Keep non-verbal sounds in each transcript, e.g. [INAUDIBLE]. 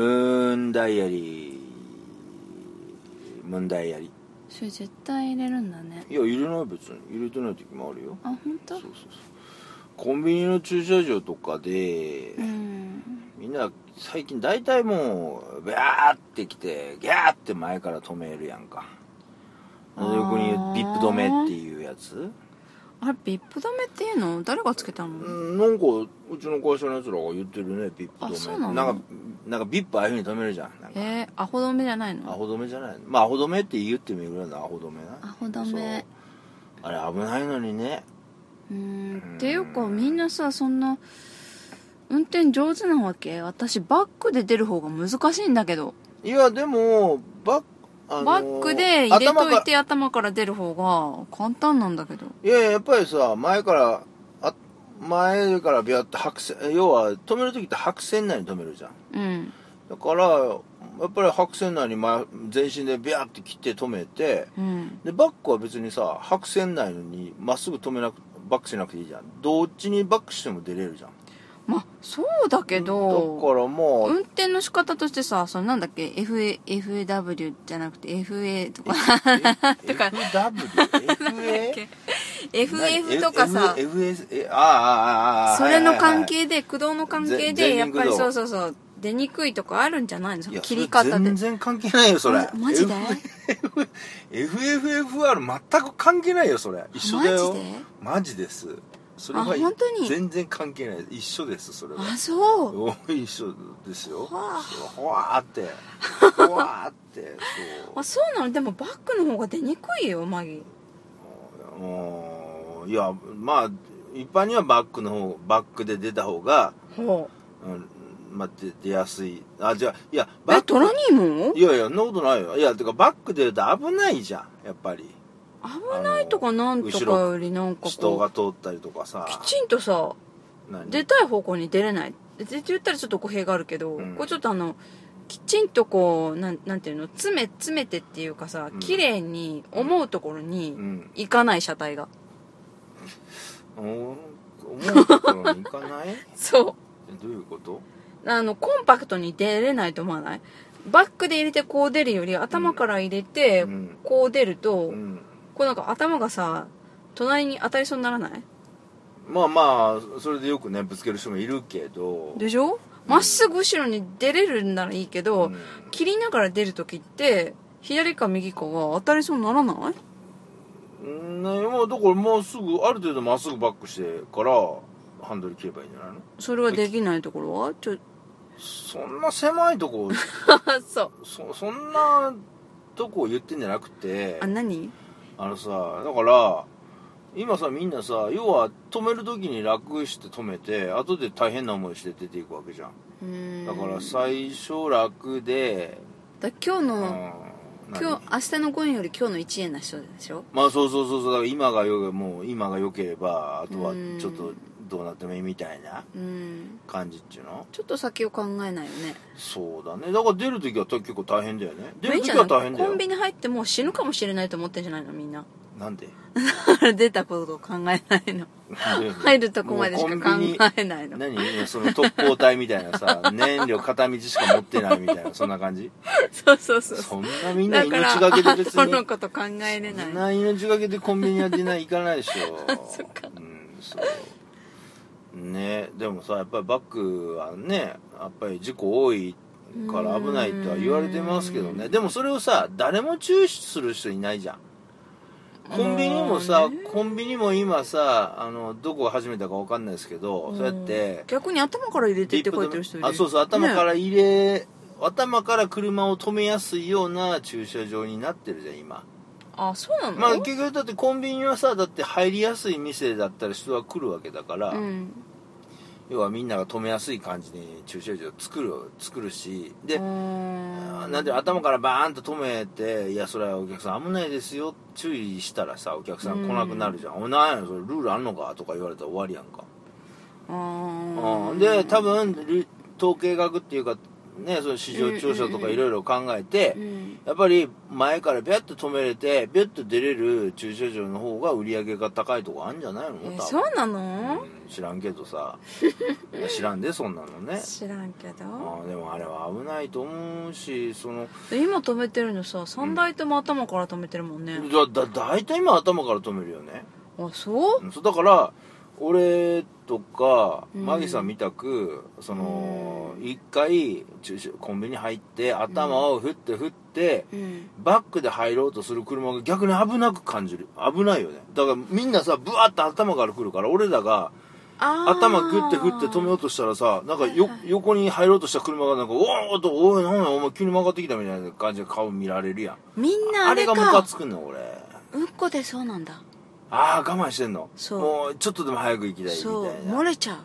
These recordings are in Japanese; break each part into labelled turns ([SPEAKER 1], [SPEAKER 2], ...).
[SPEAKER 1] 問題やり問題やり
[SPEAKER 2] それ絶対入れるんだね
[SPEAKER 1] いや入れない別に入れてない時もあるよ
[SPEAKER 2] あ本当
[SPEAKER 1] そうそうそうコンビニの駐車場とかで、
[SPEAKER 2] うん
[SPEAKER 1] みんな最近大体もうビャーって来てギャーって前から止めるやんか
[SPEAKER 2] あー
[SPEAKER 1] 横にビップ止めっていうやつ
[SPEAKER 2] あれビップ止めっていうの誰がつけた
[SPEAKER 1] う
[SPEAKER 2] の
[SPEAKER 1] んなんかうちの会社のやつらが言ってるねビップ
[SPEAKER 2] あ
[SPEAKER 1] 止
[SPEAKER 2] そ
[SPEAKER 1] め
[SPEAKER 2] うなの
[SPEAKER 1] なんかなんかビップああいうふうに止めるじゃんなんか
[SPEAKER 2] えー、アホ止めじゃない
[SPEAKER 1] ア
[SPEAKER 2] の
[SPEAKER 1] ホ止めじゃないまあアホ止めって言ってもいいぐらいのアホ止めな
[SPEAKER 2] アホ止め
[SPEAKER 1] そうあれ危ないのにね
[SPEAKER 2] うーんっていうかみんなさそんな運転上手なわけ私バックで出る方が難しいんだけど
[SPEAKER 1] いやでもバックあの
[SPEAKER 2] バックで入れと
[SPEAKER 1] 頭
[SPEAKER 2] い
[SPEAKER 1] か
[SPEAKER 2] て頭から出る方が簡単なんだけど
[SPEAKER 1] いやいややっぱりさ前からあ前からビャって白線要は止める時って白線内に止めるじゃん
[SPEAKER 2] うん
[SPEAKER 1] だからやっぱり白線内に前全身でビャって切って止めて
[SPEAKER 2] うん
[SPEAKER 1] でバックは別にさ白線内にまっすぐ止めなくバックしなくていいじゃんどっちにバックしても出れるじゃん
[SPEAKER 2] まあそうだけど
[SPEAKER 1] だからも
[SPEAKER 2] [LAUGHS]
[SPEAKER 1] う
[SPEAKER 2] 運転の仕方としてさそのなんだっけ FA FAW じゃなくて FA とかとか
[SPEAKER 1] FWFA
[SPEAKER 2] FF とかさ
[SPEAKER 1] FS えああああああ
[SPEAKER 2] それの関
[SPEAKER 1] はいはいはい
[SPEAKER 2] 係で駆動の関係
[SPEAKER 1] ぜ
[SPEAKER 2] でやっぱり
[SPEAKER 1] 前輪駆動
[SPEAKER 2] そうそうそう出にくいとかあるんじゃないのそ
[SPEAKER 1] い
[SPEAKER 2] の
[SPEAKER 1] や
[SPEAKER 2] 切り方
[SPEAKER 1] それ
[SPEAKER 2] で
[SPEAKER 1] 全然関係ないよそれ
[SPEAKER 2] まマジで
[SPEAKER 1] FFFR 全く関係ないよそれ一緒だよ
[SPEAKER 2] マジで
[SPEAKER 1] マジですそれは
[SPEAKER 2] あ本当に
[SPEAKER 1] 全然関係ない一緒ですそれは
[SPEAKER 2] あそう
[SPEAKER 1] お一緒ですよ
[SPEAKER 2] はあ
[SPEAKER 1] そうほわー
[SPEAKER 2] [LAUGHS]
[SPEAKER 1] ってほわーって
[SPEAKER 2] あそうなのでもバックの方が出にくいよマギ
[SPEAKER 1] そうもういやまあ一般にはバックの方バックで出た方が、
[SPEAKER 2] ほ
[SPEAKER 1] うん、まあ出出やすいあじゃあいや
[SPEAKER 2] う
[SPEAKER 1] バ
[SPEAKER 2] え
[SPEAKER 1] ック
[SPEAKER 2] トラニーも
[SPEAKER 1] いやいやそんなことないよいやてかバックで出ると危ないじゃんやっぱり
[SPEAKER 2] 危ないとかなんとかよりなんか
[SPEAKER 1] 人
[SPEAKER 2] こ
[SPEAKER 1] が通ったりとかさ
[SPEAKER 2] うきちんとさ
[SPEAKER 1] 何
[SPEAKER 2] 出たい方向に出れない出て言ったらちょっと語弊があるけど、
[SPEAKER 1] うん
[SPEAKER 2] これちょっとあのきちんとこうなんなんていうの詰め詰めてっていうかさ
[SPEAKER 1] うん
[SPEAKER 2] 綺麗に思うところに
[SPEAKER 1] うん
[SPEAKER 2] 行かない車体が、
[SPEAKER 1] 思うところに行かない [LAUGHS]
[SPEAKER 2] そ
[SPEAKER 1] えどういうこと
[SPEAKER 2] うあのコンパクトに出れないと思わないバックで入れてこう出るより頭から入れて
[SPEAKER 1] うん
[SPEAKER 2] こう出ると、
[SPEAKER 1] うん
[SPEAKER 2] こうなんか頭がさ隣に当たりそうにならない
[SPEAKER 1] まあまあそれでよくねぶつける人もいるけど
[SPEAKER 2] でしょまっすぐ後ろに出れるんならいいけど、
[SPEAKER 1] うん
[SPEAKER 2] 切りながら出る時って左か右かが当たりそうにならない
[SPEAKER 1] うんねもうだからもうすぐある程度まっすぐバックしてからハンドル切ればいいんじゃないの
[SPEAKER 2] それはできないところはちょ
[SPEAKER 1] そんな狭いとこ
[SPEAKER 2] そう
[SPEAKER 1] [LAUGHS] そそんなとこを言ってんじゃなくて
[SPEAKER 2] あ何
[SPEAKER 1] あのさだから今さみんなさ要は止める時に楽して止めて後で大変な思いして出ていくわけじゃん
[SPEAKER 2] うーん
[SPEAKER 1] だから最初楽で、
[SPEAKER 2] だ今日
[SPEAKER 1] う
[SPEAKER 2] の
[SPEAKER 1] 何
[SPEAKER 2] 今日明日の5円より今日の1円な人でしょ
[SPEAKER 1] まあそうそうそうそうだから今がよもう今が良ければあとは
[SPEAKER 2] うん
[SPEAKER 1] ちょっとどうなってもいいみたいな
[SPEAKER 2] うーん
[SPEAKER 1] 感じっていうの
[SPEAKER 2] ちょっと先を考えないよね
[SPEAKER 1] そうだねだから出る時は結構大変だよね出
[SPEAKER 2] まあいい
[SPEAKER 1] る
[SPEAKER 2] んじ
[SPEAKER 1] 時
[SPEAKER 2] ゃ
[SPEAKER 1] は
[SPEAKER 2] な
[SPEAKER 1] 大
[SPEAKER 2] い
[SPEAKER 1] 変だ
[SPEAKER 2] コ
[SPEAKER 1] よ
[SPEAKER 2] ンビニ入ってもう死ぬかもしれないと思ってんじゃないのみんな [LAUGHS]
[SPEAKER 1] なんで
[SPEAKER 2] だから出たことを考えないの入るとこまでしか考えないの、
[SPEAKER 1] 何 [LAUGHS] その特攻隊みたいなさ
[SPEAKER 2] [LAUGHS]
[SPEAKER 1] 燃料片道しか持ってないみたいなそんな感じ
[SPEAKER 2] そうそうそう
[SPEAKER 1] そんなみんな
[SPEAKER 2] だ
[SPEAKER 1] 命
[SPEAKER 2] から
[SPEAKER 1] がけで別
[SPEAKER 2] 後の
[SPEAKER 1] に
[SPEAKER 2] こと考えれな
[SPEAKER 1] そ
[SPEAKER 2] い
[SPEAKER 1] んな命がけでコンビニは出ない行かないでしょ
[SPEAKER 2] [LAUGHS] そっか
[SPEAKER 1] うんそうねでもさやっぱりバックはねやっぱり事故多いから危ないとは言われてますけどねでもそれをさ誰も注視する人いないじゃんコンビニも
[SPEAKER 2] あ
[SPEAKER 1] さ
[SPEAKER 2] のーね
[SPEAKER 1] コンビニも今さあのどこが始めたか分かんないですけどそうやって
[SPEAKER 2] 逆に頭から入れてって書いてる人いる
[SPEAKER 1] あそうそう頭か
[SPEAKER 2] ね
[SPEAKER 1] ら入れ、頭から車を止めやすいような駐車場になってるじゃん今
[SPEAKER 2] あそうなの、
[SPEAKER 1] まあ結局だってコンビニはさだって入りやすい店だったら人は来るわけだから、
[SPEAKER 2] うん、
[SPEAKER 1] 要はみんなが止めやすい感じに駐車場を作る作るしで、
[SPEAKER 2] うーん
[SPEAKER 1] なんていうの頭からバーンと止めて「いやそれはお客さん危ないですよ」注意したらさお客さん来なくなるじゃん「おなんやそれルールあんのか?」とか言われたら終わりやんか、
[SPEAKER 2] あー
[SPEAKER 1] うん、で多分ル統計学っていうかねその市場調査とかいろいろ考えて、
[SPEAKER 2] うん
[SPEAKER 1] やっぱり前からビャッと止めれてビュッと出れる駐車場の方が売り上げが高いとこあるんじゃないの
[SPEAKER 2] え
[SPEAKER 1] 多分
[SPEAKER 2] そうなの、
[SPEAKER 1] うん知らんけどさいや知らんでそんなのね
[SPEAKER 2] 知らんけ
[SPEAKER 1] あ
[SPEAKER 2] ど
[SPEAKER 1] ーでもあれは危ないと思うしその
[SPEAKER 2] 今止めてるのさ3台とも頭から止めてるもんね、
[SPEAKER 1] だだ大体今頭から止めるよね
[SPEAKER 2] あそう
[SPEAKER 1] うんそうだから俺とか
[SPEAKER 2] うん
[SPEAKER 1] マギさんみたくその一回駐車コンビニ入って頭を振って振って、
[SPEAKER 2] うん
[SPEAKER 1] バックで入ろうとする車が逆に危なく感じる危ないよねだからみんなさブワッと頭から来るから俺らが
[SPEAKER 2] あー
[SPEAKER 1] 頭グッて振って止めようとしたらさなんかよ横に入ろうとした車がなんか「おーっとおいなんやお前急に曲がってきた」みたいな感じで顔見られるやん
[SPEAKER 2] みんな
[SPEAKER 1] あ
[SPEAKER 2] あ
[SPEAKER 1] れ
[SPEAKER 2] れ
[SPEAKER 1] が
[SPEAKER 2] か
[SPEAKER 1] ムカつくの俺
[SPEAKER 2] うんこでそうなんだ
[SPEAKER 1] ああ我慢してんの
[SPEAKER 2] そう
[SPEAKER 1] もうちょっとでも早く行きたいみた
[SPEAKER 2] そう
[SPEAKER 1] い
[SPEAKER 2] 漏
[SPEAKER 1] な
[SPEAKER 2] れちゃ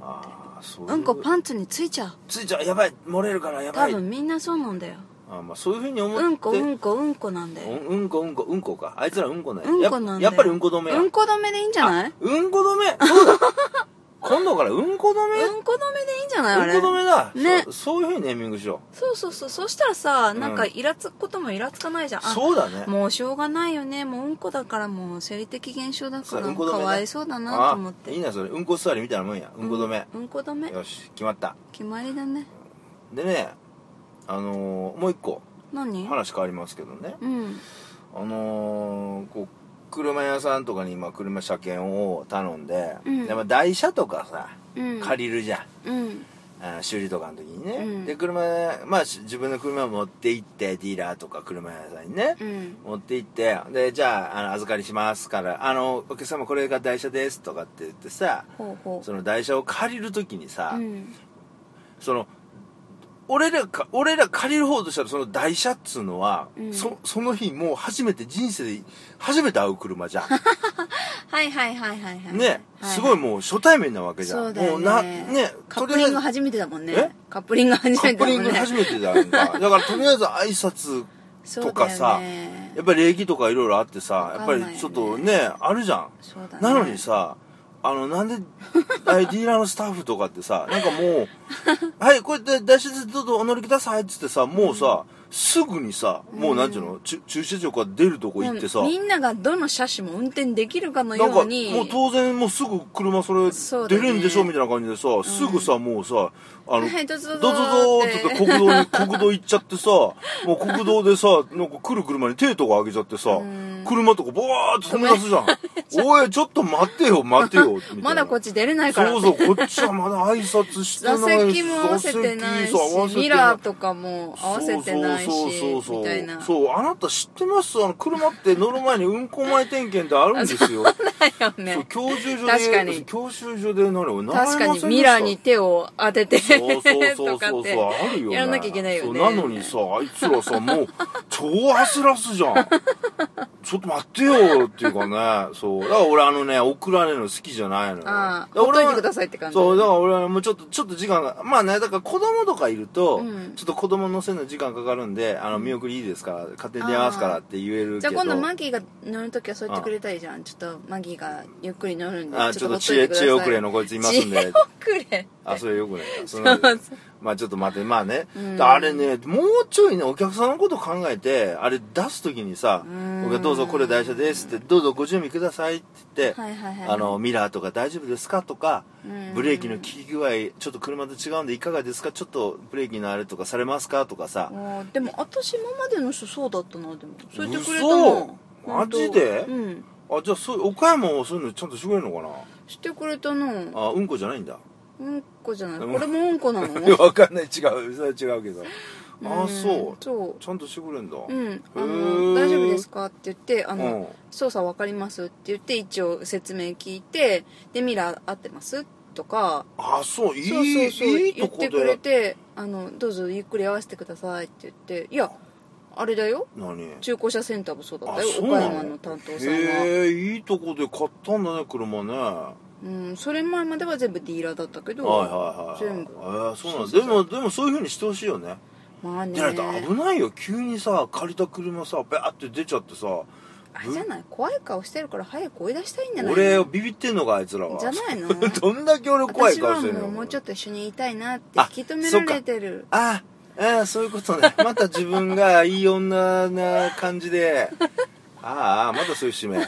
[SPEAKER 1] ああそう
[SPEAKER 2] う
[SPEAKER 1] いう
[SPEAKER 2] うんこパンツについちゃう
[SPEAKER 1] ついちゃうやばい漏れるからや
[SPEAKER 2] 多
[SPEAKER 1] ばい
[SPEAKER 2] 分みんなそうなんだよ
[SPEAKER 1] あーまあそういうふうに思って
[SPEAKER 2] うんこうんこうんこなんだ
[SPEAKER 1] う
[SPEAKER 2] よ
[SPEAKER 1] んうんこうんこうんこかあいつらうんこない
[SPEAKER 2] うんこなんだよ
[SPEAKER 1] やっぱりうんこ止めや
[SPEAKER 2] うんこ止めでいいんじゃない
[SPEAKER 1] うんこ止
[SPEAKER 2] [LAUGHS]
[SPEAKER 1] めそうだ今度からうんこ止め
[SPEAKER 2] うんこ止めでいいんじゃないあれ
[SPEAKER 1] うんこ止めだ、
[SPEAKER 2] ね
[SPEAKER 1] そそういうふうにネーミングしよ
[SPEAKER 2] そうそうそうそうしたらさなんか
[SPEAKER 1] うん
[SPEAKER 2] イラつくこともイラつかないじゃん
[SPEAKER 1] う
[SPEAKER 2] あ
[SPEAKER 1] そうだね
[SPEAKER 2] もうしょうがないよねもううんこだからもう生理的現象だから
[SPEAKER 1] そううん
[SPEAKER 2] か
[SPEAKER 1] こ止めね
[SPEAKER 2] わいそうだな
[SPEAKER 1] あ
[SPEAKER 2] と思って
[SPEAKER 1] いいなそれうんこ座りみたいなもんやうんこ止め、
[SPEAKER 2] うんこ止め
[SPEAKER 1] よし決まった
[SPEAKER 2] 決まりだね
[SPEAKER 1] でねあのーもう一個
[SPEAKER 2] 何
[SPEAKER 1] 話変わりますけどね
[SPEAKER 2] うん
[SPEAKER 1] あのーこう車屋さんとかに今車車検を頼んで、
[SPEAKER 2] うん
[SPEAKER 1] でまあ台車とかさ
[SPEAKER 2] うん
[SPEAKER 1] 借りるじゃん、
[SPEAKER 2] うん
[SPEAKER 1] あー修理とかの時にね、
[SPEAKER 2] うん
[SPEAKER 1] で車まあし自分の車を持って行ってディーラーとか車屋さんにね、
[SPEAKER 2] うん
[SPEAKER 1] 持って行ってでじゃああの預かりしますからあのお客様これが台車ですとかって言ってさ
[SPEAKER 2] ほうほ
[SPEAKER 1] その台車を借りる時にさ、
[SPEAKER 2] ううん
[SPEAKER 1] その俺らか俺ら借りる方としたらその台車っつうのは、
[SPEAKER 2] うん
[SPEAKER 1] そその日もう初めて人生で初めて会う車じゃん
[SPEAKER 2] [LAUGHS] はいはいはいはいはい
[SPEAKER 1] ね、
[SPEAKER 2] は
[SPEAKER 1] すごいもう初対面なわけじゃん
[SPEAKER 2] そうだよ
[SPEAKER 1] もう
[SPEAKER 2] ね
[SPEAKER 1] なね
[SPEAKER 2] カップリング
[SPEAKER 1] とりあ
[SPEAKER 2] 初めてだもん
[SPEAKER 1] え
[SPEAKER 2] ねカップリング初
[SPEAKER 1] えずカ
[SPEAKER 2] め
[SPEAKER 1] ッ
[SPEAKER 2] て
[SPEAKER 1] プ
[SPEAKER 2] だ
[SPEAKER 1] リ
[SPEAKER 2] も
[SPEAKER 1] ン
[SPEAKER 2] ん
[SPEAKER 1] グ
[SPEAKER 2] ね
[SPEAKER 1] 初めてだやんかだ
[SPEAKER 2] [LAUGHS]
[SPEAKER 1] からとりあえず挨拶
[SPEAKER 2] そう
[SPEAKER 1] とかさ
[SPEAKER 2] だよね
[SPEAKER 1] やっぱり礼儀とかいろいろあってさや
[SPEAKER 2] わ
[SPEAKER 1] っ
[SPEAKER 2] か
[SPEAKER 1] ぱ
[SPEAKER 2] ん
[SPEAKER 1] り
[SPEAKER 2] ないよね
[SPEAKER 1] ちょっとねあるじゃん
[SPEAKER 2] そうだね
[SPEAKER 1] なのにさあのなんであれディーラーのスタッフとかってさなんかもう「はいこうやって出してどうぞお乗りください」っつってさもうさ、すぐにさもうなんていうの、ちゅ駐車場から出るとこ行ってさ、
[SPEAKER 2] みんながどの車種も運転できるかの
[SPEAKER 1] なん
[SPEAKER 2] よ
[SPEAKER 1] か
[SPEAKER 2] うに
[SPEAKER 1] もう当然もうすぐ車それ
[SPEAKER 2] そうだ
[SPEAKER 1] 出
[SPEAKER 2] ね
[SPEAKER 1] るんでしょ、みたいな感じでさすぐさもうさ「あの
[SPEAKER 2] はいどうぞ
[SPEAKER 1] ど
[SPEAKER 2] ど
[SPEAKER 1] う
[SPEAKER 2] うぞ
[SPEAKER 1] ぞ」っ
[SPEAKER 2] って
[SPEAKER 1] つって国道に国道行っちゃってさもう国道でさなんか来る車に手とか上げちゃってさ
[SPEAKER 2] ん
[SPEAKER 1] 車とかボワーッと飛び出すじ
[SPEAKER 2] [LAUGHS]
[SPEAKER 1] ゃん「おいちょっと待てよ待てよ」みたいな
[SPEAKER 2] まだこっち出れないから
[SPEAKER 1] そうそうこっちはまだ挨拶してない
[SPEAKER 2] 座席も合わせてないし
[SPEAKER 1] 座席そう合わせてない
[SPEAKER 2] ミラーとかも合わせてないし
[SPEAKER 1] そうそうそうそう
[SPEAKER 2] みたいな
[SPEAKER 1] そうあなた知ってますあの車って乗る前に運行前点検ってあるんですよ
[SPEAKER 2] だよ
[SPEAKER 1] そう
[SPEAKER 2] ね
[SPEAKER 1] 教習所で
[SPEAKER 2] 確かに
[SPEAKER 1] 教習所でなるよ
[SPEAKER 2] 確かにミラーに手を当てて
[SPEAKER 1] そうそうそ
[SPEAKER 2] [LAUGHS] と
[SPEAKER 1] う
[SPEAKER 2] か
[SPEAKER 1] そ
[SPEAKER 2] っ
[SPEAKER 1] う
[SPEAKER 2] て
[SPEAKER 1] そうあるよね
[SPEAKER 2] やらなきゃいけないよね
[SPEAKER 1] そうなのにさあいつらさ
[SPEAKER 2] [LAUGHS]
[SPEAKER 1] もう超焦らすじゃんちょっと待ってよっていうかねそうだから俺あのね送られるの好きじゃないのよ
[SPEAKER 2] ああ
[SPEAKER 1] だから俺は
[SPEAKER 2] ほっといてくださいって感じ
[SPEAKER 1] そうだから俺はもうちょっとちょっと時間がまあねだから子供とかいると、
[SPEAKER 2] うん
[SPEAKER 1] ちょっと子供乗せるの時間かかるんであの見送りいいですから勝手に出ますからって言えるけ
[SPEAKER 2] じゃあ
[SPEAKER 1] ど
[SPEAKER 2] 今度マギーが乗るときはそう言ってくれたいじゃんちょっとマギーがゆっくり乗るんで
[SPEAKER 1] あちょっと
[SPEAKER 2] ほと
[SPEAKER 1] 知恵
[SPEAKER 2] いてくださ
[SPEAKER 1] 知
[SPEAKER 2] い
[SPEAKER 1] 恵遅れのこいついますん
[SPEAKER 2] 知恵
[SPEAKER 1] で
[SPEAKER 2] 遅れ
[SPEAKER 1] あそれよく
[SPEAKER 2] [LAUGHS]
[SPEAKER 1] ねそ
[SPEAKER 2] そう
[SPEAKER 1] の
[SPEAKER 2] そう
[SPEAKER 1] まあちょっと待ってまあね、
[SPEAKER 2] ん
[SPEAKER 1] あれねもうちょいねお客さんのこと考えてあれ出す時にさ
[SPEAKER 2] ん
[SPEAKER 1] 「僕がどうぞこれ台車です」って「どうぞご準備ください」って言って、
[SPEAKER 2] はいはいはい
[SPEAKER 1] あのミラーとか大丈夫ですか?」とか
[SPEAKER 2] うん
[SPEAKER 1] 「ブレーキの効き具合ちょっと車と違うんでいかがですかちょっとブレーキのあれとかされますか?」とかさ、
[SPEAKER 2] あーでも私今までの人そうだったなでもそう言ってくれた
[SPEAKER 1] 嘘
[SPEAKER 2] の
[SPEAKER 1] マジで
[SPEAKER 2] うん
[SPEAKER 1] あじゃあそう岡山はそういうのちゃんとしてくれるのかな
[SPEAKER 2] してくれたの
[SPEAKER 1] あうんこじゃないんだ
[SPEAKER 2] うんこじゃないこれもうんこなの
[SPEAKER 1] [LAUGHS] いやわかんない違うそれは違うけどあ
[SPEAKER 2] ん
[SPEAKER 1] そう
[SPEAKER 2] そ
[SPEAKER 1] ちゃんとしてくれるんだ
[SPEAKER 2] ううんあ
[SPEAKER 1] へ
[SPEAKER 2] の
[SPEAKER 1] ー
[SPEAKER 2] 大丈夫ですかって言ってあ
[SPEAKER 1] うん
[SPEAKER 2] の操作わかりますって言って一応説明聞いてでミラー合ってますとか
[SPEAKER 1] あそういい
[SPEAKER 2] そうそうそう
[SPEAKER 1] いい
[SPEAKER 2] 言
[SPEAKER 1] と
[SPEAKER 2] っ
[SPEAKER 1] こ
[SPEAKER 2] て
[SPEAKER 1] で
[SPEAKER 2] くれてあのどうぞゆっくり合わせてくださいって言っていやあれだよ
[SPEAKER 1] 何
[SPEAKER 2] 中古車センターもそうだった
[SPEAKER 1] あ
[SPEAKER 2] よ
[SPEAKER 1] そうな
[SPEAKER 2] 岡
[SPEAKER 1] の
[SPEAKER 2] 山の担当さんは
[SPEAKER 1] へえいいとこで買ったんだね車ねは
[SPEAKER 2] うん、それ前までは全部ディーラーだったけ
[SPEAKER 1] い
[SPEAKER 2] ど、
[SPEAKER 1] はいはい
[SPEAKER 2] 全部
[SPEAKER 1] ええそうなんだ
[SPEAKER 2] そ
[SPEAKER 1] で
[SPEAKER 2] うそうそ
[SPEAKER 1] もでもそういうふうにしてほしいよね
[SPEAKER 2] まあね
[SPEAKER 1] じゃないと危ないよ急にさ借りた車さバーって出ちゃってさ
[SPEAKER 2] あれじゃない怖い顔してるから早く追い出したいんじゃない
[SPEAKER 1] 俺ビビってんのかあいつらは
[SPEAKER 2] じゃないの
[SPEAKER 1] [LAUGHS] どんだけ俺怖い
[SPEAKER 2] 私
[SPEAKER 1] 顔
[SPEAKER 2] は
[SPEAKER 1] してるの
[SPEAKER 2] もうもうちょっと一緒にいたいなって
[SPEAKER 1] あ
[SPEAKER 2] 引き止められてる
[SPEAKER 1] あああそういうことねまた自
[SPEAKER 2] [LAUGHS]
[SPEAKER 1] 分がいい女な感じでああまたそういう締め